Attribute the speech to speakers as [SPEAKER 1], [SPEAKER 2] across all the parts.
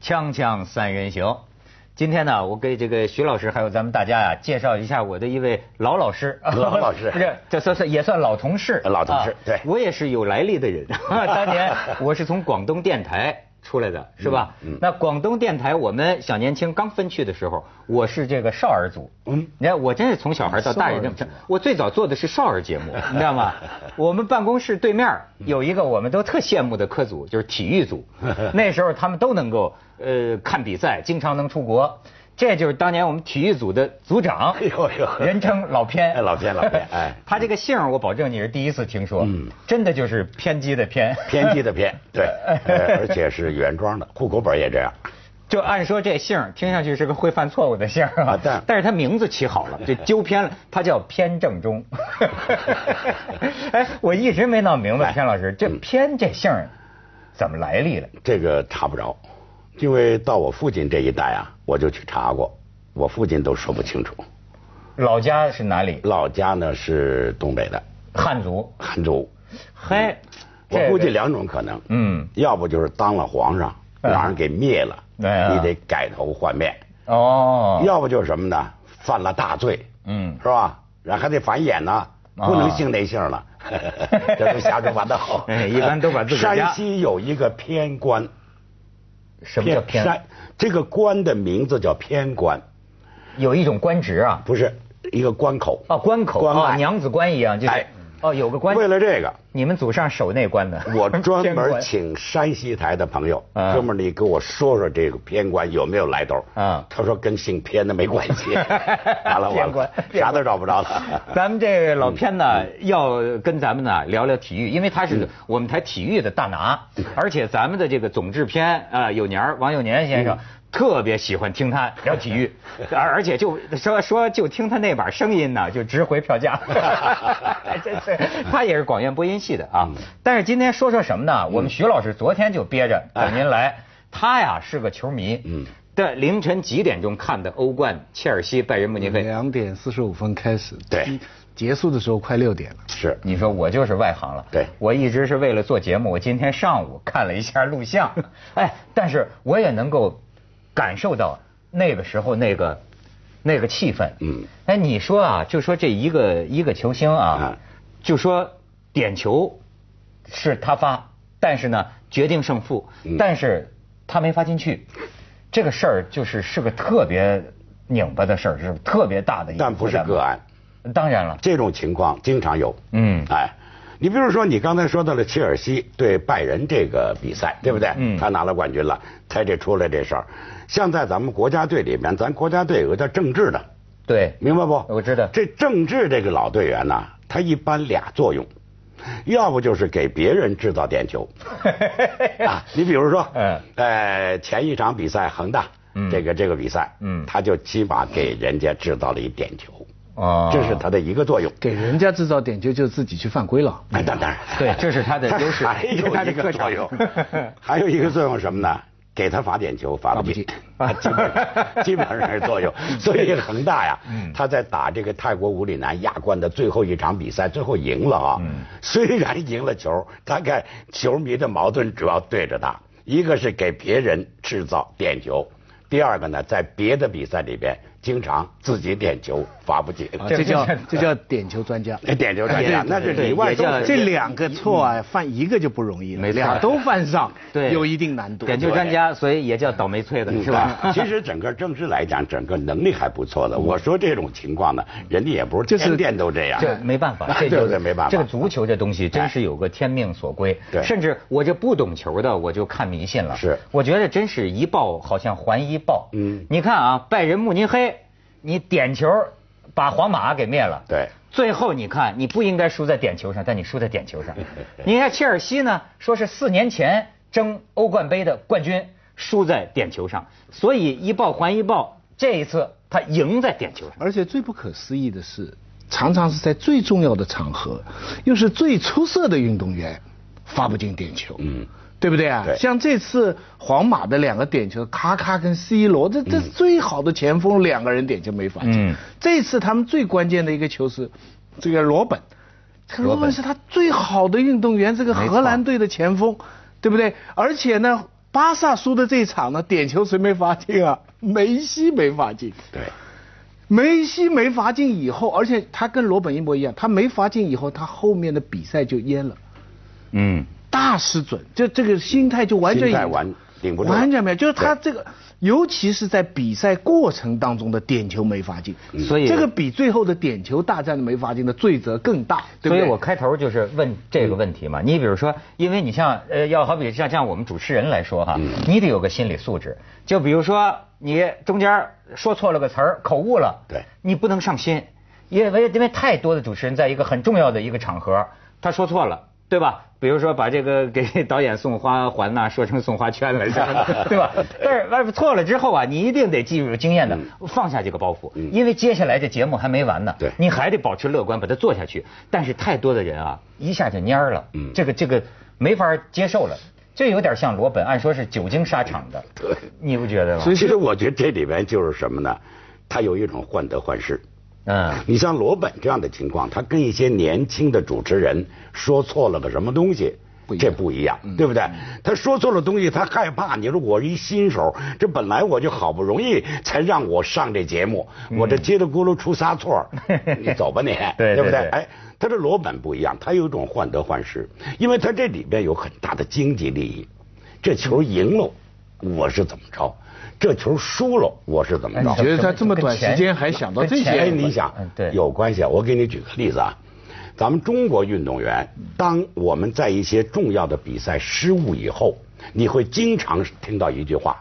[SPEAKER 1] 锵锵三人行，今天呢，我给这个徐老师还有咱们大家呀、介绍一下我的一位老老师，
[SPEAKER 2] 老老 师
[SPEAKER 1] 不是这算算也算老同事，
[SPEAKER 2] 老同事
[SPEAKER 1] 啊
[SPEAKER 2] 对
[SPEAKER 1] 我也是有来历 的人，当年我是从广东电台。出来的是吧？
[SPEAKER 2] 嗯嗯
[SPEAKER 1] 那广东电台，我们小年轻刚分去的时候，我是这个少儿组。
[SPEAKER 2] 嗯
[SPEAKER 1] 你看我真是从小孩到大人这么
[SPEAKER 2] 少儿组
[SPEAKER 1] 我最早做的是少儿节 目，你知道吗？我们办公室对面儿
[SPEAKER 2] 嗯
[SPEAKER 1] 有一个我们都特羡慕的科组，就是体育 组。那时候他们都能够呃看比赛，经常能出国。这就是当年我们体育组的组长
[SPEAKER 2] 哎呦哎呦，
[SPEAKER 1] 人称老
[SPEAKER 2] 哎
[SPEAKER 1] 偏。
[SPEAKER 2] 老偏老偏哎
[SPEAKER 1] 他这个姓儿我保证你是第一次听说
[SPEAKER 2] 嗯，
[SPEAKER 1] 真的就是偏激的偏。
[SPEAKER 2] 偏激的 偏，对，呃而且是原装的，户口本也这样。
[SPEAKER 1] 就按说这姓儿听上去是个会犯错误的姓儿
[SPEAKER 2] 啊但
[SPEAKER 1] 但是他名字起好了，这纠偏了，他叫偏正 中。哎，我一直没闹明白，
[SPEAKER 2] 哎
[SPEAKER 1] 偏老师，这
[SPEAKER 2] 嗯
[SPEAKER 1] 偏这姓儿怎么来历了？
[SPEAKER 2] 这个查不着，因为到我父亲这一代啊，我就去查过，我父亲都说不清楚。
[SPEAKER 1] 老家是哪里？
[SPEAKER 2] 老家呢是东北的
[SPEAKER 1] 汉族。
[SPEAKER 2] 汉州，
[SPEAKER 1] 嘿，
[SPEAKER 2] 嗯我
[SPEAKER 1] 这个
[SPEAKER 2] 估计两种可能，
[SPEAKER 1] 嗯，
[SPEAKER 2] 要不就是当了皇上，
[SPEAKER 1] 嗯
[SPEAKER 2] 让人给灭了，
[SPEAKER 1] 哎呀
[SPEAKER 2] 你得改头换面；
[SPEAKER 1] 哦，
[SPEAKER 2] 要不就是什么呢，犯了大罪，
[SPEAKER 1] 嗯。
[SPEAKER 2] 是吧？然后还得繁衍呢，不能姓那姓了，这都瞎说八道
[SPEAKER 1] 哎一般都把自个儿家
[SPEAKER 2] 山西有一个偏官，
[SPEAKER 1] 什么叫偏？
[SPEAKER 2] 山？这个官的名字叫偏官，
[SPEAKER 1] 有一种官职啊，
[SPEAKER 2] 不是一个关口
[SPEAKER 1] 啊，关口
[SPEAKER 2] 关
[SPEAKER 1] 啊，
[SPEAKER 2] 隘
[SPEAKER 1] 娘子关一样，就是
[SPEAKER 2] 哎
[SPEAKER 1] 哦，有个关。
[SPEAKER 2] 为了这个，
[SPEAKER 1] 你们祖上守那关的，
[SPEAKER 2] 我专
[SPEAKER 1] 偏
[SPEAKER 2] 门
[SPEAKER 1] 关
[SPEAKER 2] 请山西台的朋友，
[SPEAKER 1] 嗯
[SPEAKER 2] 哥们儿，你给我说说这个偏官有没有来头？
[SPEAKER 1] 嗯
[SPEAKER 2] 他说跟姓偏的没关 系。完了完
[SPEAKER 1] 偏官
[SPEAKER 2] 了，啥都找不着了。
[SPEAKER 1] 咱们这老偏呢，要跟咱们呢聊聊体育，因为他是我们台体育的大拿，而且咱们的这个总制片啊、呃有年儿王有年先生。特别喜欢听他聊体育，而而且就说说就听他那把声音呢，就值回票价。真是，他也是广院播音系的啊。但是今天说说什么呢？我们徐老师昨天就憋着等您来，他呀是个球迷，
[SPEAKER 2] 嗯，
[SPEAKER 1] 在凌晨几点钟看的欧冠切尔西拜仁慕尼黑？
[SPEAKER 3] 两点四十五分开始，
[SPEAKER 2] 对，
[SPEAKER 3] 结束的时候快六点了。
[SPEAKER 2] 是
[SPEAKER 1] 你说我就是外行了，
[SPEAKER 2] 对
[SPEAKER 1] 我一直是为了做节目，我今天上午看了一下录 像，哎，但是我也能够感受到那个时候那个那个气氛，
[SPEAKER 2] 嗯，
[SPEAKER 1] 哎，你说啊，就说这一个一个球星啊
[SPEAKER 2] 啊，
[SPEAKER 1] 就说点球是他发，但是呢决定胜负，
[SPEAKER 2] 嗯
[SPEAKER 1] 但是他没发进去，这个事儿就是是个特别拧巴的事儿，是特别大的一个
[SPEAKER 2] 但不
[SPEAKER 1] 负
[SPEAKER 2] 是
[SPEAKER 1] 担
[SPEAKER 2] 个案，
[SPEAKER 1] 当然了，
[SPEAKER 2] 这种情况经常有。
[SPEAKER 1] 嗯
[SPEAKER 2] 哎，你比如说你刚才说到了切尔西对拜仁这个比赛，对不对？
[SPEAKER 1] 嗯
[SPEAKER 2] 他拿了冠军了，才这出来这事儿。像在咱们国家队里面，咱国家队有个叫郑智的，
[SPEAKER 1] 对，
[SPEAKER 2] 明白不？
[SPEAKER 1] 我知道
[SPEAKER 2] 这郑智这个老队员呐，他一般俩作用，要不就是给别人制造 点球，啊，你比如说，
[SPEAKER 1] 嗯
[SPEAKER 2] 呃，前一场比赛恒大，
[SPEAKER 1] 嗯
[SPEAKER 2] 这个这个比赛，
[SPEAKER 1] 嗯
[SPEAKER 2] 他就起码给人家制造了一点球，
[SPEAKER 1] 哦
[SPEAKER 2] 这是他的一个作用。
[SPEAKER 3] 给人家制造点球，就自己去犯规了。
[SPEAKER 2] 哎，当当然，
[SPEAKER 1] 对这是他的优势
[SPEAKER 2] 还有
[SPEAKER 1] 这是他的
[SPEAKER 2] 一
[SPEAKER 1] 特
[SPEAKER 2] 个
[SPEAKER 1] 长
[SPEAKER 2] 作用，还有一个作用是什么呢？给他罚点球，罚不进，啊， 基本上基本上是作用。
[SPEAKER 1] 嗯
[SPEAKER 2] 所以恒大呀，他在打这个泰国五里南亚冠的最后一场比赛，最后赢了啊。
[SPEAKER 1] 嗯
[SPEAKER 2] 虽然赢了球，大概球迷的矛盾主要对着他，一个是给别人制造点球，第二个呢，在别的比赛里边经常自己点球罚不进。
[SPEAKER 3] 啊，
[SPEAKER 1] 这
[SPEAKER 3] 这叫
[SPEAKER 1] 这
[SPEAKER 3] 这叫点球专家。哎
[SPEAKER 2] 那 点球哎专家，那是里外都
[SPEAKER 1] 啊对
[SPEAKER 2] 是。嗯
[SPEAKER 3] 这两个错啊，犯一个就不容易了，俩都犯上，
[SPEAKER 1] 对，
[SPEAKER 3] 有一定难度。
[SPEAKER 1] 点球专家，所以也叫倒霉催的
[SPEAKER 2] 嗯
[SPEAKER 1] 是 吧？
[SPEAKER 2] 其实整个政治来讲，整个能力还不错的。我说这种情况呢，人家也不是
[SPEAKER 3] 就是
[SPEAKER 2] 天天都这样。
[SPEAKER 1] 这没办法，这
[SPEAKER 2] 对
[SPEAKER 1] 就
[SPEAKER 2] 对没办法哎
[SPEAKER 1] 这个足球这东西真是有个天命所归，
[SPEAKER 2] 对
[SPEAKER 1] 甚至我这不懂球的，我就看迷信了。
[SPEAKER 2] 是
[SPEAKER 1] 我觉得真是一报好像还一报。
[SPEAKER 2] 嗯
[SPEAKER 1] 你看啊，拜仁慕尼黑，你点球把皇马给灭了。
[SPEAKER 2] 对
[SPEAKER 1] 最后你看，你不应该输在点球上，但你输在点球上。你看切尔西呢，说是四年前争欧冠杯的冠军，输在点球上，所以一报还一报，这一次他赢在点球上。
[SPEAKER 3] 而且最不可思议的是，常常是在最重要的场合，又是最出色的运动员发不进点球，
[SPEAKER 2] 嗯，
[SPEAKER 3] 对不对啊？
[SPEAKER 2] 对
[SPEAKER 3] 像这次皇马的两个点球，卡卡跟 C 罗，这这最好的前锋两个人点球没罚进。
[SPEAKER 1] 嗯
[SPEAKER 3] 这次他们最关键的一个球是这个罗本，这个
[SPEAKER 1] 罗本
[SPEAKER 3] 罗本是他最好的运动员，这个
[SPEAKER 1] 没错
[SPEAKER 3] 荷兰队的前锋，对不对？而且呢，巴萨输的这一场呢，点球谁没罚进啊？梅西没罚进。
[SPEAKER 2] 对，
[SPEAKER 3] 梅西没罚进以后，而且他跟罗本一模一样，他没罚进以后，他后面的比赛就淹了，
[SPEAKER 1] 嗯，
[SPEAKER 3] 大失准，这这个心态就完全
[SPEAKER 2] 心态完顶不住了
[SPEAKER 3] 完全没有，就是他这个，尤其是在比赛过程当中的点球没罚进，
[SPEAKER 2] 嗯
[SPEAKER 1] 所以
[SPEAKER 3] 这个比最后的点球大战的没罚进的罪责更大，对不
[SPEAKER 1] 所
[SPEAKER 3] 对？嗯
[SPEAKER 1] 以我开头就是问这个问题嘛。你比如说，因为你像呃，要好比像像我们主持人来说哈，
[SPEAKER 3] 嗯
[SPEAKER 1] 你得有个心理素质。就比如说你中间说错了个词儿，口误了，
[SPEAKER 2] 对
[SPEAKER 1] 你不能上心，因为因为太多的主持人在一个很重要的一个场合，他说错了。对吧？比如说把这个给导演送花环呐、说成送花圈了， 对吧？但是外边错了之后啊，你一定得记住经验的，
[SPEAKER 3] 嗯
[SPEAKER 1] 放下这个包袱，因为接下来这节目还没完呢。
[SPEAKER 2] 对
[SPEAKER 1] 你还得保持乐观，把它做下去。但是太多的人啊，一下就蔫儿了，
[SPEAKER 2] 嗯
[SPEAKER 1] 这个这个没法接受了。这有点像罗本，按说是久经沙场的，
[SPEAKER 2] 对
[SPEAKER 1] 你不觉得吗？
[SPEAKER 3] 所以
[SPEAKER 2] 其实我觉得这里面就是什么呢？他有一种患得患失。
[SPEAKER 1] 嗯，
[SPEAKER 2] 你像罗本这样的情况，他跟一些年轻的主持人说错了个什么东西
[SPEAKER 3] 不一。样
[SPEAKER 2] 这不一样，对不对？他说错了东西，他害怕。你说我是一新手，这本来我就好不容易才让我上这节目，我这叽里咕噜出仨错儿，你走吧你，
[SPEAKER 1] 对
[SPEAKER 2] 不
[SPEAKER 1] 对对
[SPEAKER 2] 哎，他这罗本不一样，他有一种患得患失，因为他这里边有很大的经济利益。这球赢了，我是怎么着？这球输了，我是怎么着
[SPEAKER 1] 哎？
[SPEAKER 3] 你觉得他这么短时间还想到这
[SPEAKER 1] 跟
[SPEAKER 2] 哎，
[SPEAKER 1] 钱
[SPEAKER 3] 些？
[SPEAKER 2] 你想
[SPEAKER 1] 嗯，对
[SPEAKER 2] 有关系啊。我给你举个例子啊，咱们中国运动员，当我们在一些重要的比赛失误以后，你会经常听到一句话：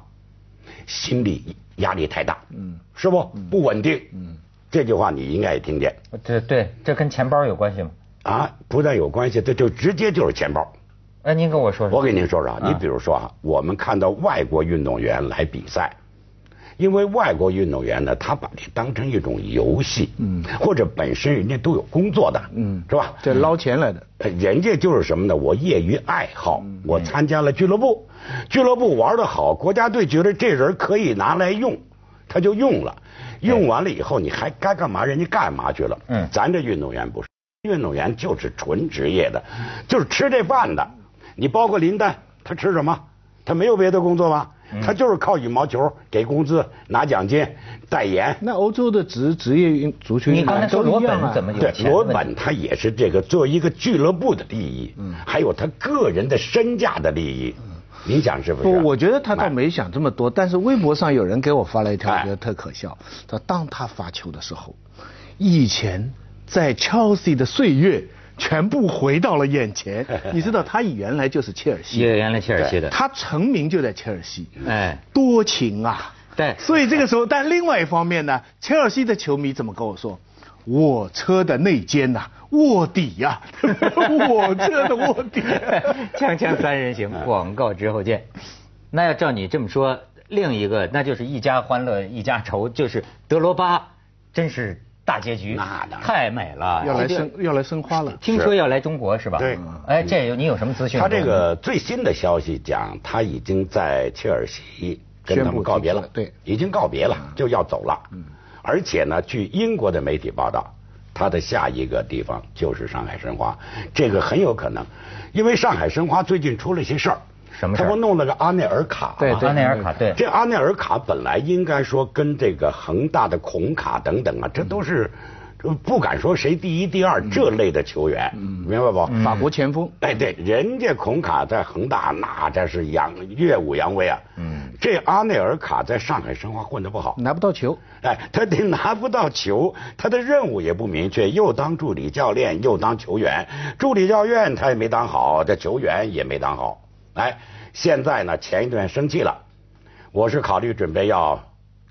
[SPEAKER 2] 心理压力太大，嗯，是不不稳定，嗯，这句话你应该也听见
[SPEAKER 1] 这对，这跟钱包有关系吗？
[SPEAKER 2] 啊，不但有关系，这就直接就是钱包。
[SPEAKER 1] 哎，您跟我说说。
[SPEAKER 2] 我给您说说啊，你比如说啊，我们看到外国运动员来比赛，因为外国运动员呢，他把这当成一种游戏，嗯，或者本身人家都有工作的，嗯，是吧？
[SPEAKER 3] 这捞钱来的。
[SPEAKER 2] 呃人家就是什么呢？我业余爱好，我参加了俱乐部，俱乐部玩得好，国家队觉得这人可以拿来用，他就用了。用完了以后，你还该干嘛，人家干嘛去了。
[SPEAKER 1] 嗯
[SPEAKER 2] 咱这运动员不是，运动员就是纯职业的，就是吃这饭的。你包括林丹，他吃什么？他没有别的工作吧？他就是靠羽毛球给工资、拿奖金、代言。
[SPEAKER 3] 那欧洲的职职业运足球
[SPEAKER 1] 你
[SPEAKER 3] 运
[SPEAKER 1] 刚
[SPEAKER 3] 动
[SPEAKER 1] 才
[SPEAKER 3] 员
[SPEAKER 1] 说
[SPEAKER 3] 都
[SPEAKER 1] 罗
[SPEAKER 3] 一样
[SPEAKER 1] 本
[SPEAKER 3] 啊
[SPEAKER 1] 怎。么有
[SPEAKER 2] 对
[SPEAKER 1] 钱，的
[SPEAKER 2] 罗
[SPEAKER 1] 问题？嗯
[SPEAKER 2] 本他也是这个作为一个俱乐部的利益，还有他个人的身价的利益，你想是不啊是？
[SPEAKER 3] 不，我觉得他倒没想这么多，但是微博上有人给我发了一条，我
[SPEAKER 2] 哎
[SPEAKER 3] 觉得特可笑。他当他发球的时候，以前在 Chelsea 的岁月全部回到了 眼前。你知道，他原来就是切尔西，
[SPEAKER 1] 也原来切尔西的，
[SPEAKER 3] 他成名就在切尔西，
[SPEAKER 1] 哎，
[SPEAKER 3] 多情啊。
[SPEAKER 1] 对
[SPEAKER 3] 所以这个时候，但另外一方面呢，切尔西的球迷怎么跟我说？我车的内奸呐、卧底呀、 我车的卧 底、
[SPEAKER 1] 锵锵三人
[SPEAKER 2] 嗯
[SPEAKER 1] 行，广告之后见。那要照你这么说，另一个那就是一家欢乐一家愁，就是德罗巴，真是大结局，
[SPEAKER 2] 那当然
[SPEAKER 1] 太美了。哎
[SPEAKER 3] 要来
[SPEAKER 1] 这
[SPEAKER 3] 申
[SPEAKER 1] 个，
[SPEAKER 3] 要来申花了。
[SPEAKER 1] 听说要来中国是吧？
[SPEAKER 2] 对
[SPEAKER 1] 哎，这有你有什么资讯？嗯
[SPEAKER 2] 他这，个最新的消息讲，他已经在切尔西跟他
[SPEAKER 3] 宣布
[SPEAKER 2] 们告别
[SPEAKER 3] 退出
[SPEAKER 2] 了
[SPEAKER 3] 了，对
[SPEAKER 2] 已经告别
[SPEAKER 1] 嗯
[SPEAKER 2] 了，就要走了。而且呢，据英国的媒体报道，他的下一个地方就是上海申花，这个很有可能，因为上海申花最近出了些事儿。
[SPEAKER 1] 什么事儿
[SPEAKER 2] 他不弄了个阿内尔卡吗？
[SPEAKER 3] 对
[SPEAKER 1] 阿内尔卡对，
[SPEAKER 2] 这阿内尔卡本来应该说跟这个恒大的孔卡等等
[SPEAKER 3] 嗯
[SPEAKER 2] 啊，这都是呃不敢说谁第一、第二这类的球员，明白不？
[SPEAKER 3] 嗯法国前锋，
[SPEAKER 2] 哎，对，人家孔卡在恒大那这是扬耀武扬威啊。嗯，这阿内尔卡在上海申花混得不好，
[SPEAKER 3] 拿不到球，
[SPEAKER 2] 哎，他得拿不到球，他的任务也不明确，又当助理教练，又当球员，助理教练他也没当好，这球员也没当好。哎，现在呢，前一段生气了，我是考虑准备要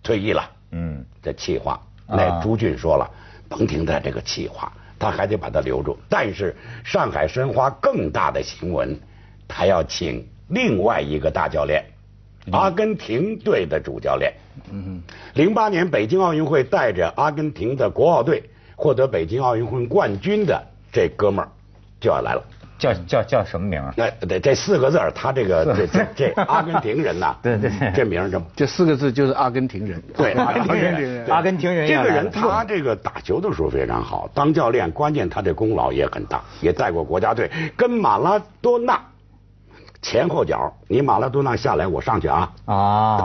[SPEAKER 2] 退役了。
[SPEAKER 1] 嗯，
[SPEAKER 2] 这气话，
[SPEAKER 1] 啊
[SPEAKER 2] 那朱俊说了，甭听他这个气话，他还得把他留住。但是上海申花更大的新闻，他要请另外一个大教练，阿根廷队的主教练。嗯，零八年北京奥运会带着阿根廷的国奥队获得北京奥运会冠军的这哥们儿就要来了。
[SPEAKER 1] 叫叫叫什么名儿？
[SPEAKER 2] 那这这四个字儿，他这个这这这阿根廷人呐，
[SPEAKER 1] 对对
[SPEAKER 2] 这 名儿真不
[SPEAKER 3] 这四个字就是阿根廷人。
[SPEAKER 2] 对，
[SPEAKER 3] 阿根
[SPEAKER 1] 阿根
[SPEAKER 3] 廷
[SPEAKER 1] 廷
[SPEAKER 3] 人
[SPEAKER 1] 人。阿根廷人
[SPEAKER 2] 这
[SPEAKER 1] 要
[SPEAKER 2] 个
[SPEAKER 1] 来了嗯
[SPEAKER 2] 人他这个打球的时候非常好，当教练关键他的功劳也很大，也带过国家队，跟马拉多纳。前后脚，你马拉多纳下来，我上去啊！
[SPEAKER 1] 啊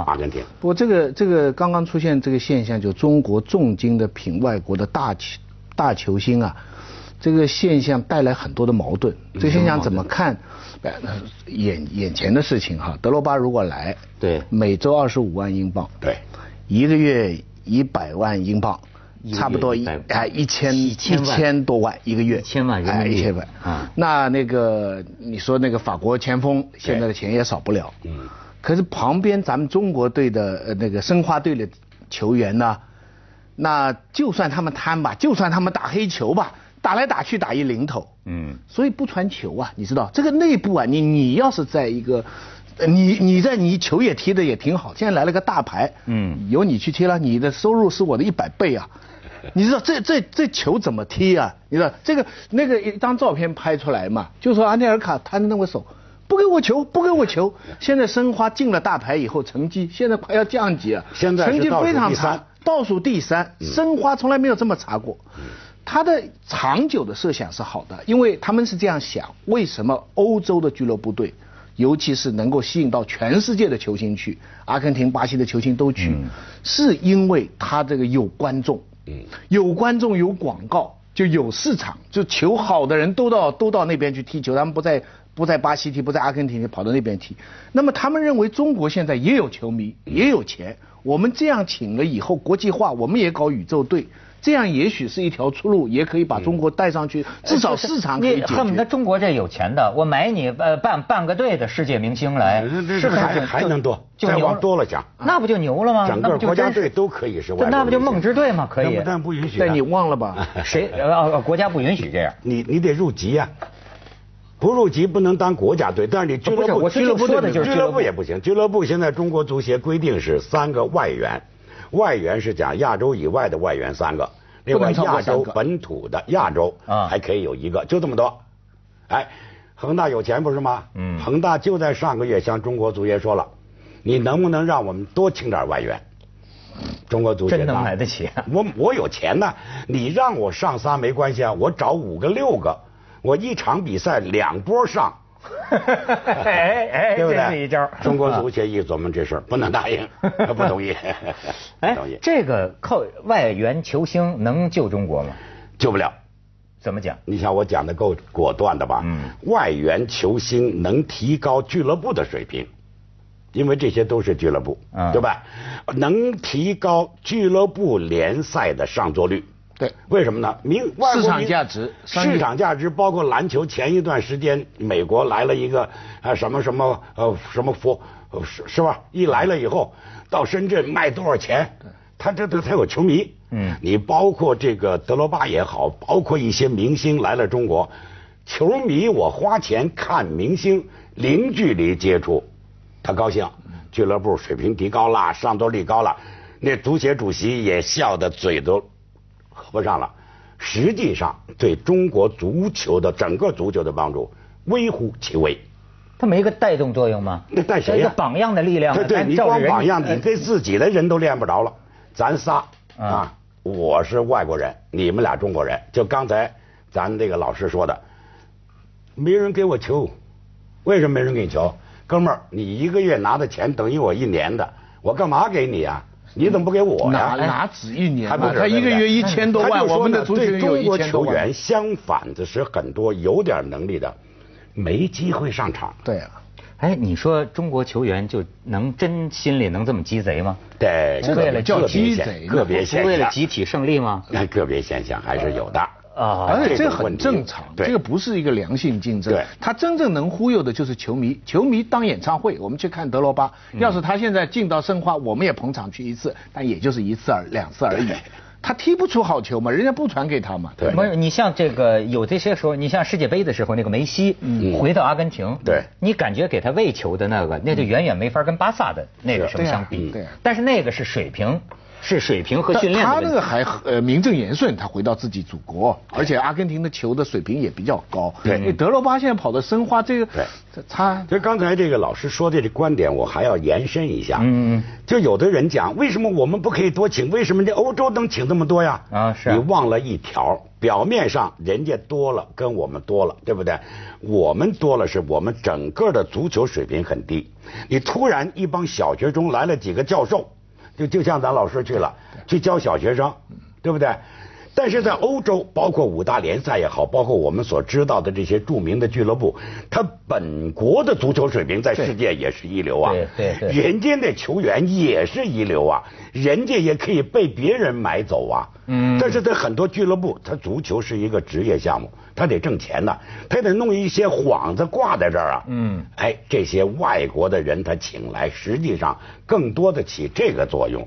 [SPEAKER 2] 阿根廷，
[SPEAKER 3] 不过这个这个刚刚出现这个现象，就中国重金的品外国的大球大球星啊，这个现象带来很多的矛盾。这个现象怎么看？呃眼眼前的事情哈，德罗巴如果来，
[SPEAKER 1] 对
[SPEAKER 3] 每周二十五万英镑，
[SPEAKER 2] 对，
[SPEAKER 3] 一个月一百万英镑。
[SPEAKER 1] 一个月
[SPEAKER 3] 差不多一
[SPEAKER 1] 100
[SPEAKER 3] 哎一千
[SPEAKER 1] 一千万
[SPEAKER 3] 千多万一个月，
[SPEAKER 1] 一千万人民
[SPEAKER 3] 哎
[SPEAKER 1] 币
[SPEAKER 3] 一千万
[SPEAKER 1] 啊
[SPEAKER 3] 那那个你说那个法国前锋现在的钱也少不了，
[SPEAKER 2] 嗯
[SPEAKER 3] 可是旁边咱们中国队的呃那个申花队的球员呢，那就算他们贪吧，就算他们打黑球吧，打来打去打一零头，
[SPEAKER 1] 嗯，
[SPEAKER 3] 所以不传球啊，你知道这个内部啊，你你要是在一个，呃你你在你球也踢的也挺好，现在来了个大牌，
[SPEAKER 1] 嗯，
[SPEAKER 3] 由你去踢了，你的收入是我的一百倍啊，你知道这这这球怎么踢啊？你知道这个那个一张照片拍出来嘛，就说安内尔卡摊着那个手。不给我球，不给我球！现在申花进了大牌以后，成绩现在快要降级啊，
[SPEAKER 2] 现在是
[SPEAKER 3] 成绩
[SPEAKER 2] 倒数
[SPEAKER 3] 非常
[SPEAKER 2] 第
[SPEAKER 3] 差
[SPEAKER 2] 三，嗯
[SPEAKER 3] 倒数第三，申花从来没有这么查过。他的长久的设想是好的，因为他们是这样想：为什么欧洲的俱乐部队，尤其是能够吸引到全世界的球星去，阿根廷、巴西的球星都去，是因为他这个有观众，
[SPEAKER 2] 嗯
[SPEAKER 3] 有观众有广告，就有市场，就球好的人都到都到那边去踢球，他们不在不在巴西踢，不在阿根廷踢，跑到那边踢。那么他们认为中国现在也有球迷，也有钱，我们这样请了以后国际化，我们也搞宇宙队。这样也许是一条出路，也可以把中国带上去，至少市场可以
[SPEAKER 1] 你
[SPEAKER 3] 解
[SPEAKER 1] 恨不得
[SPEAKER 3] 决。
[SPEAKER 1] 中国这有钱的，我买你呃半半个队的世界明星来，
[SPEAKER 2] 嗯这
[SPEAKER 1] 哎是不是
[SPEAKER 2] 还
[SPEAKER 1] 就
[SPEAKER 2] 还
[SPEAKER 1] 就
[SPEAKER 2] 能多
[SPEAKER 1] 就
[SPEAKER 2] 再
[SPEAKER 1] 牛
[SPEAKER 2] 往多了讲
[SPEAKER 1] 那不就牛了吗？
[SPEAKER 2] 整
[SPEAKER 1] 那
[SPEAKER 2] 个
[SPEAKER 1] 不就
[SPEAKER 2] 国家
[SPEAKER 1] 真是
[SPEAKER 2] 队都可以是外
[SPEAKER 1] 对那
[SPEAKER 2] 国
[SPEAKER 1] 不就
[SPEAKER 2] 明星
[SPEAKER 1] 梦之队吗？可以
[SPEAKER 2] 但，但不允许啊。
[SPEAKER 3] 但你忘了吧？
[SPEAKER 1] 谁呃呃国家不允许这 样。
[SPEAKER 2] 你你得入籍呀、啊不入籍不能当国家队，但是你俱乐部
[SPEAKER 1] 啊不是我
[SPEAKER 2] 俱乐部
[SPEAKER 1] 说的就是
[SPEAKER 2] 俱
[SPEAKER 1] 俱乐
[SPEAKER 2] 乐
[SPEAKER 1] 部
[SPEAKER 2] 部也不行。俱乐部现在中国足协规定是三个外援，外援是讲亚洲以外的外援三个，另外
[SPEAKER 1] 不能超过
[SPEAKER 2] 亚
[SPEAKER 1] 三
[SPEAKER 2] 洲
[SPEAKER 1] 个
[SPEAKER 2] 本土的亚洲
[SPEAKER 1] 啊
[SPEAKER 2] 还可以有一个，就这么多。哎，恒大有钱不是吗？
[SPEAKER 1] 嗯
[SPEAKER 2] 恒大就在上个月向中国足协说了，你能不能让我们多请点外援？中国足协
[SPEAKER 1] 真能
[SPEAKER 2] 答
[SPEAKER 1] 买得起啊
[SPEAKER 2] 我我有钱呐，你让我上仨没关系啊，我找五个六个，我一场比赛两波上，
[SPEAKER 1] 哎哎，
[SPEAKER 2] 对不
[SPEAKER 1] 这
[SPEAKER 2] 对？
[SPEAKER 1] 是一招。啊
[SPEAKER 2] 中国足协一琢磨这事儿不能答 应，不同意，不
[SPEAKER 1] 哎
[SPEAKER 2] 同意，，
[SPEAKER 1] 这个靠外援球星能救中国吗？
[SPEAKER 2] 救不了。
[SPEAKER 1] 怎么讲？
[SPEAKER 2] 你像我讲的够果断的吧？
[SPEAKER 1] 嗯
[SPEAKER 2] 外援球星能提高俱乐部的水平，因为这些都是俱乐部，
[SPEAKER 1] 嗯
[SPEAKER 2] 对吧？能提高俱乐部联赛的上座率。
[SPEAKER 3] 对，
[SPEAKER 2] 为什么呢？明外国
[SPEAKER 3] 市场
[SPEAKER 2] 明
[SPEAKER 3] 价值商业
[SPEAKER 2] 市场价值包括篮球。前一段时间，美国来了一个啊什么什么呃什么佛呃是是吧？一来了以后，到深圳卖多少钱？他这这他有球迷。
[SPEAKER 1] 嗯
[SPEAKER 2] 你包括这个德罗巴也好，包括一些明星来了中国，球迷我花钱看明星，零距离接触，他高兴，俱乐部水平提高了，上座率高了，那足协主席也笑得嘴都合不上了。实际上，对中国足球的整个足球的帮助微乎其微。
[SPEAKER 1] 他没个带动作用吗？
[SPEAKER 2] 那带谁呀
[SPEAKER 1] 这个榜样的力量啊。
[SPEAKER 2] 对对，
[SPEAKER 1] 咱
[SPEAKER 2] 你
[SPEAKER 1] 照着
[SPEAKER 2] 光
[SPEAKER 1] 人
[SPEAKER 2] 榜样，
[SPEAKER 1] 呃
[SPEAKER 2] 你对自己的人都练不着了。咱仨
[SPEAKER 1] 嗯
[SPEAKER 2] 啊，我是外国人，你们俩中国人。就刚才咱这个老师说的，没人给我球，为什么没人给你球？哥们儿，你一个月拿的钱等于我一年的，我干嘛给你啊？你怎么不给我
[SPEAKER 3] 哪
[SPEAKER 2] 呀？
[SPEAKER 3] 哪止一年
[SPEAKER 2] 还不
[SPEAKER 3] 嘛？
[SPEAKER 2] 止
[SPEAKER 3] 哎他一个
[SPEAKER 2] 对不对
[SPEAKER 3] 月一千多
[SPEAKER 2] 他
[SPEAKER 3] 万，
[SPEAKER 2] 就说呢
[SPEAKER 3] 我们的足球
[SPEAKER 2] 对
[SPEAKER 3] 有
[SPEAKER 2] 中
[SPEAKER 3] 一
[SPEAKER 2] 国
[SPEAKER 3] 千多
[SPEAKER 2] 球
[SPEAKER 3] 万
[SPEAKER 2] 员。相反的是，很多有点能力的没机会上场。
[SPEAKER 3] 对啊，
[SPEAKER 1] 哎，你说中国球员就能真心里能这么鸡贼吗？
[SPEAKER 2] 对，
[SPEAKER 3] 这
[SPEAKER 2] 个
[SPEAKER 3] 个
[SPEAKER 2] 别
[SPEAKER 3] 叫
[SPEAKER 2] 个别
[SPEAKER 3] 鸡
[SPEAKER 2] 现
[SPEAKER 3] 贼呢
[SPEAKER 2] 个别
[SPEAKER 1] 不
[SPEAKER 2] 现
[SPEAKER 1] 为了
[SPEAKER 2] 象，
[SPEAKER 1] 集体胜利吗？
[SPEAKER 2] 那个别现象还是有的。
[SPEAKER 1] 啊，
[SPEAKER 3] 而且
[SPEAKER 2] 这
[SPEAKER 3] 哎这
[SPEAKER 2] 种问
[SPEAKER 3] 很
[SPEAKER 2] 题
[SPEAKER 3] 正常，
[SPEAKER 2] 对
[SPEAKER 3] 这个不是一个良性竞争
[SPEAKER 2] 对。
[SPEAKER 3] 他真正能忽悠的就是球迷，球迷当演唱会，我们去看德罗巴，要是他现在进到申花，我们也捧场去一次，但也就是一次而两次而已
[SPEAKER 2] 对。
[SPEAKER 3] 他踢不出好球嘛，人家不传给他嘛。
[SPEAKER 2] 对
[SPEAKER 1] 没有，你像这个有这些时候，你像世界杯的时候，那个梅西回到阿根廷，
[SPEAKER 2] 对
[SPEAKER 1] 你感觉给他喂球的那个，那就远远没法跟巴萨的那个什么
[SPEAKER 3] 对啊
[SPEAKER 1] 相比
[SPEAKER 3] 对啊。
[SPEAKER 1] 但是那个是水平，是水平和训练
[SPEAKER 3] 他
[SPEAKER 1] 的
[SPEAKER 3] 那
[SPEAKER 1] 问
[SPEAKER 3] 个
[SPEAKER 1] 题。
[SPEAKER 3] 还呃名正言顺，他回到自己祖国，而且阿根廷的球的水平也比较高。
[SPEAKER 2] 对
[SPEAKER 3] 因为德罗巴现在跑到申花这个，
[SPEAKER 2] 对
[SPEAKER 3] 这他
[SPEAKER 2] 所以刚才这个老师说的这观点，我还要延伸一下。
[SPEAKER 1] 嗯嗯
[SPEAKER 2] 就有的人讲，为什么我们不可以多请？为什么这欧洲能请这么多呀？
[SPEAKER 1] 啊是啊
[SPEAKER 2] 你忘了一条，表面上人家多了，跟我们多了，对不对？我们多了是我们整个的足球水平很低。你突然一帮小学中来了几个教授，就就像咱老师去了，去教小学生，对不对？但是在欧洲，包括五大联赛也好，包括我们所知道的这些著名的俱乐部，它本国的足球水平在世界也是一流啊。
[SPEAKER 1] 对对对
[SPEAKER 2] 人家那球员也是一流啊，人家也可以被别人买走啊。
[SPEAKER 1] 嗯
[SPEAKER 2] 但是在很多俱乐部，他足球是一个职业项目，他得挣钱呐、他得弄一些幌子挂在这儿啊。
[SPEAKER 1] 嗯，
[SPEAKER 2] 哎，这些外国的人他请来，实际上更多的起这个作用。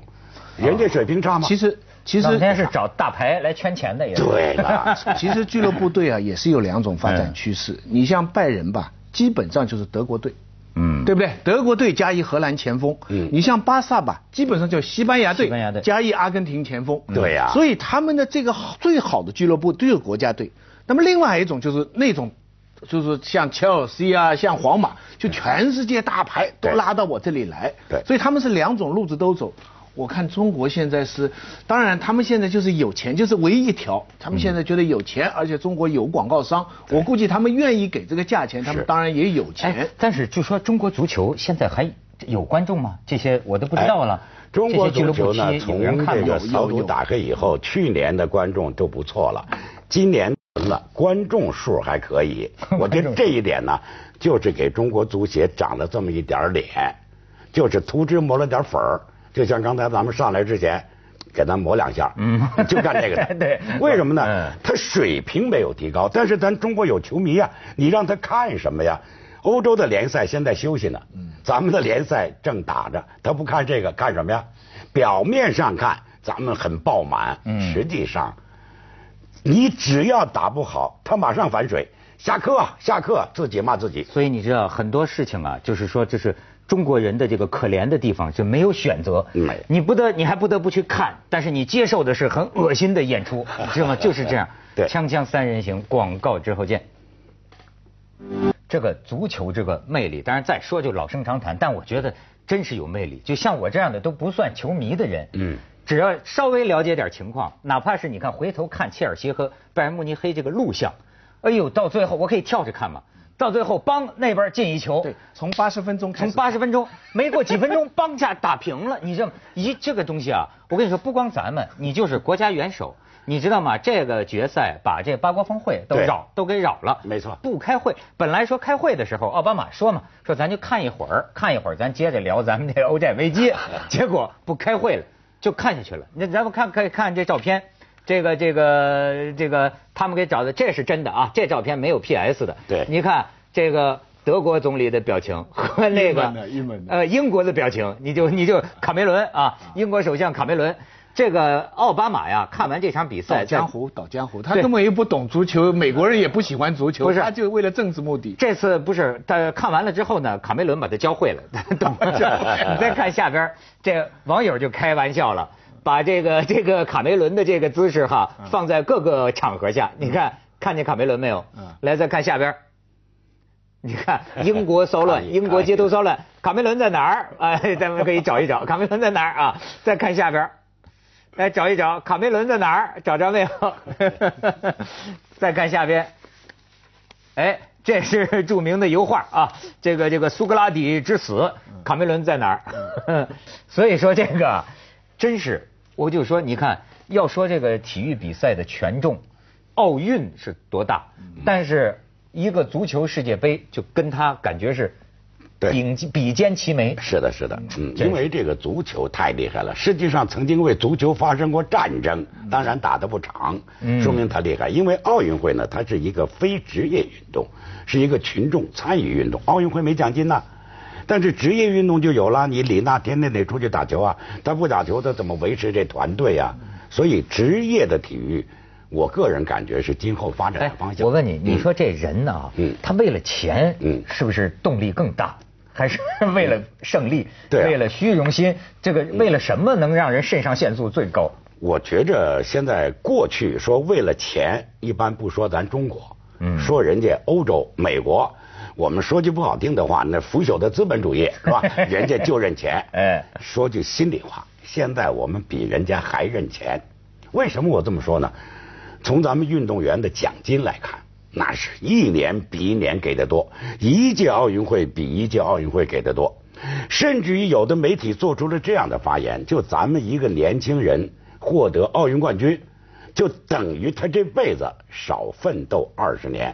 [SPEAKER 2] 人家水平差吗？
[SPEAKER 3] 其实其实
[SPEAKER 1] 当天是找大牌来圈钱的也是。
[SPEAKER 2] 对了，
[SPEAKER 3] 其实俱乐部队啊也是有两种发展趋势。你像拜仁吧，基本上就是德国队，
[SPEAKER 1] 嗯
[SPEAKER 3] 对不对？德国队加一荷兰前锋。
[SPEAKER 2] 嗯
[SPEAKER 3] 你像巴萨吧，基本上就西班牙队，
[SPEAKER 1] 西班牙队
[SPEAKER 3] 加一阿根廷前锋。
[SPEAKER 2] 对呀
[SPEAKER 3] 所以他们的这个好最好的俱乐部都有国家队。那么另外一种就是那种。就是像切尔西啊，像皇马，就全世界大牌都
[SPEAKER 2] 对
[SPEAKER 3] 拉到我这里来，
[SPEAKER 2] 对
[SPEAKER 3] 所以他们是两种路子都走。我看中国现在是，当然他们现在就是有钱，就是唯一一条，他们现在觉得有
[SPEAKER 1] 嗯
[SPEAKER 3] 钱，而且中国有广告商，我估计他们愿意给这个价钱，他们当然也有钱
[SPEAKER 1] 哎。，但是就说中国足球现在还有观众吗？这些我都不知道了。
[SPEAKER 2] 哎中国
[SPEAKER 1] 这些
[SPEAKER 2] 足
[SPEAKER 1] 俱乐
[SPEAKER 2] 球
[SPEAKER 1] 部踢有
[SPEAKER 2] 呢，
[SPEAKER 1] 人
[SPEAKER 2] 从
[SPEAKER 1] 看
[SPEAKER 2] 这
[SPEAKER 1] 吗
[SPEAKER 2] 个小组打开以后，去年的观众都不错了，今年了观众数还 可以。我觉得这一点呢，就是给中国足协长了这么一点儿脸，就是涂脂抹了点粉儿。就像刚才咱们上来之前，给咱抹两下，嗯，就干这个 的。
[SPEAKER 1] 对
[SPEAKER 2] 为什么呢
[SPEAKER 1] 嗯？
[SPEAKER 2] 他水平没有提高，但是咱中国有球迷啊，你让他看什么呀？欧洲的联赛现在休息呢，咱们的联赛正打着，他不看这个看什么呀？表面上看咱们很爆满，实际上你只要打不好，他马上反水，下课啊下课，自己骂自己。
[SPEAKER 1] 所以你知道很多事情啊，就是说这是中国人的这个可怜的地方，就没有选择。
[SPEAKER 2] 嗯
[SPEAKER 1] 你不得，你还不得不去看，但是你接受的是很恶心的演 出，你知道吗？就是这样。
[SPEAKER 2] 对
[SPEAKER 1] 锵锵三人行，广告之后见。这个足球这个魅力，当然再说就老生常谈，但我觉得真是有魅力。就像我这样的都不算球迷的人，
[SPEAKER 2] 嗯，
[SPEAKER 1] 只要稍微了解点情况，哪怕是你看回头看切尔西和拜仁慕尼黑这个录像，哎呦，到最后我可以跳着看嘛，到最后帮那边进一球，
[SPEAKER 3] 对，哦从八十分钟开
[SPEAKER 1] 从
[SPEAKER 3] 始。
[SPEAKER 1] 八十分钟没过几分钟，帮下打平了。你这一这个东西啊，我跟你说，不光咱们，你就是国家元首，你知道吗？这个决赛把这八国峰会都
[SPEAKER 2] 对
[SPEAKER 1] 扰都给扰了。
[SPEAKER 2] 没错
[SPEAKER 1] 不开会，本来说开会的时候，奥巴马说嘛，说咱就看一会儿，看一会儿，咱接着聊咱们这个欧债危 机。结果不开会了，就看下去了。那咱们看看看这照片。这个这个这个，他们给找的，这是真的啊！这照片没有 PS 的。
[SPEAKER 2] 对
[SPEAKER 1] 你看这个德国总理的表情和那
[SPEAKER 3] 英
[SPEAKER 1] 个
[SPEAKER 3] 文的英文的
[SPEAKER 1] 呃英国的表情，你就你就卡梅伦啊，英国首相卡梅伦，这个奥巴马呀，看完这场比
[SPEAKER 3] 倒
[SPEAKER 1] 赛，
[SPEAKER 3] 江湖，倒江湖，他
[SPEAKER 1] 对
[SPEAKER 3] 根本又不懂足球，美国人也不喜欢足球，
[SPEAKER 1] 不是
[SPEAKER 3] 他就为了政治目的。
[SPEAKER 1] 这次不是他看完了之后呢，卡梅伦把他教会 了，懂吗？你再看下边儿，这网友就开玩笑了，把这个这个卡梅伦的这个姿势哈，放在各个场合下，你看看见卡梅伦没有
[SPEAKER 3] 嗯？
[SPEAKER 1] 来，再看下边儿。你看，英国骚
[SPEAKER 2] 看
[SPEAKER 1] 乱，
[SPEAKER 2] 一
[SPEAKER 1] 英国街头骚乱，卡梅伦在哪儿？哎，咱们可以找一找，卡梅伦在哪儿啊？再看下边儿，来找一找，卡梅伦在哪儿？找着没有？ 再看下边，哎，这是著名的油画啊，这个这个苏格拉底之死，卡梅伦在哪儿？ 所以说这个真是，我就说你看，要说这个体育比赛的权重，奥运是多大，
[SPEAKER 2] 嗯
[SPEAKER 1] 但是一个足球世界杯就跟他感觉是
[SPEAKER 2] 对
[SPEAKER 1] 顶级比肩齐眉。
[SPEAKER 2] 是的，是的，嗯，
[SPEAKER 1] 真是
[SPEAKER 2] 因为这个足球太厉害了，世界上曾经为足球发生过战争，当然打得不长，
[SPEAKER 1] 嗯
[SPEAKER 2] 说明它厉害。因为奥运会呢，它是一个非职业运动，是一个群众参与运动，奥运会没奖金呐、但是职业运动就有了，你李娜天天得出去打球啊，他不打球，他怎么维持这团队啊？所以职业的体育，我个人感觉是今后发
[SPEAKER 1] 哎
[SPEAKER 2] 展的方向。
[SPEAKER 1] 我问你，你说这人呢、
[SPEAKER 2] 嗯
[SPEAKER 1] 他为了钱，
[SPEAKER 2] 嗯
[SPEAKER 1] 是不是动力更大？还是为了胜利，
[SPEAKER 2] 对啊嗯
[SPEAKER 1] 为了虚荣心，这个为了什么能让人肾上腺素最高？
[SPEAKER 2] 我觉着现在过去说为了钱，一般不说咱中国，
[SPEAKER 1] 嗯
[SPEAKER 2] 说人家欧洲、美国，我们说句不好听的话，那腐朽的资本主义是 吧？人家就认钱。
[SPEAKER 1] 哎
[SPEAKER 2] 说句心里话，现在我们比人家还认钱。为什么我这么说呢？从咱们运动员的奖金来看，那是一年比一年给的多，一届奥运会比一届奥运会给的多，甚至于有的媒体做出了这样的发言：就咱们一个年轻人获得奥运冠军，就等于他这辈子少奋斗二十年。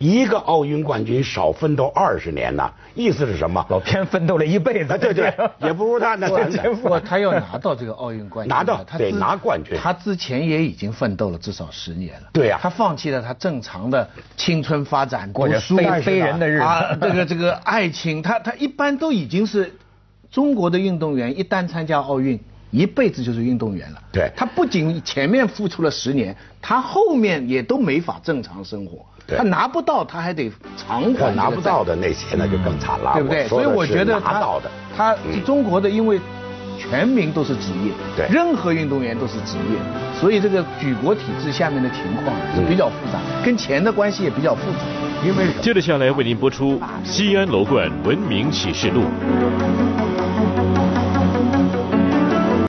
[SPEAKER 2] 一个奥运冠军少奋斗二十年呐，意思是什么？
[SPEAKER 1] 老天奋斗了一辈子，
[SPEAKER 2] 啊，对对，也不如他那咱
[SPEAKER 1] 对
[SPEAKER 2] 们
[SPEAKER 1] 对
[SPEAKER 3] 不，他要拿到这个奥运冠军啊，
[SPEAKER 2] 拿到
[SPEAKER 3] 他
[SPEAKER 2] 得
[SPEAKER 3] 之
[SPEAKER 2] 拿冠军
[SPEAKER 3] 他之前也已经奋斗了至少十年了。
[SPEAKER 2] 对呀
[SPEAKER 3] 他放弃了他正常的青春发展，
[SPEAKER 1] 过着
[SPEAKER 3] 读书
[SPEAKER 1] 非
[SPEAKER 3] 但是
[SPEAKER 1] 非
[SPEAKER 3] 呢
[SPEAKER 1] 人的日子
[SPEAKER 3] 啊，这个这个爱情，他他一般都已经是中国的运动员，一旦参加奥运。一辈子就是运动员了。
[SPEAKER 2] 对
[SPEAKER 3] 他不仅前面付出了十年，他后面也都没法正常生活。
[SPEAKER 2] 对
[SPEAKER 3] 他拿不到，他还得偿还这
[SPEAKER 2] 我
[SPEAKER 3] 呃个
[SPEAKER 2] 拿不
[SPEAKER 3] 债
[SPEAKER 2] 到的那些那就更惨了，
[SPEAKER 3] 对不对？
[SPEAKER 2] 说
[SPEAKER 3] 所
[SPEAKER 2] 的
[SPEAKER 3] 以我
[SPEAKER 2] 是
[SPEAKER 3] 觉得
[SPEAKER 2] 拿
[SPEAKER 3] 他
[SPEAKER 2] 到的，
[SPEAKER 3] 他
[SPEAKER 2] 嗯
[SPEAKER 3] 中国的因为全民都是职业，
[SPEAKER 2] 对
[SPEAKER 3] 任何运动员都是职业，所以这个举国体制下面的情况是
[SPEAKER 2] 嗯
[SPEAKER 3] 比较复杂，跟钱的关系也比较复杂。
[SPEAKER 2] 因为
[SPEAKER 4] 接着下来为您播出《西安楼冠文明启示录》。
[SPEAKER 5] 我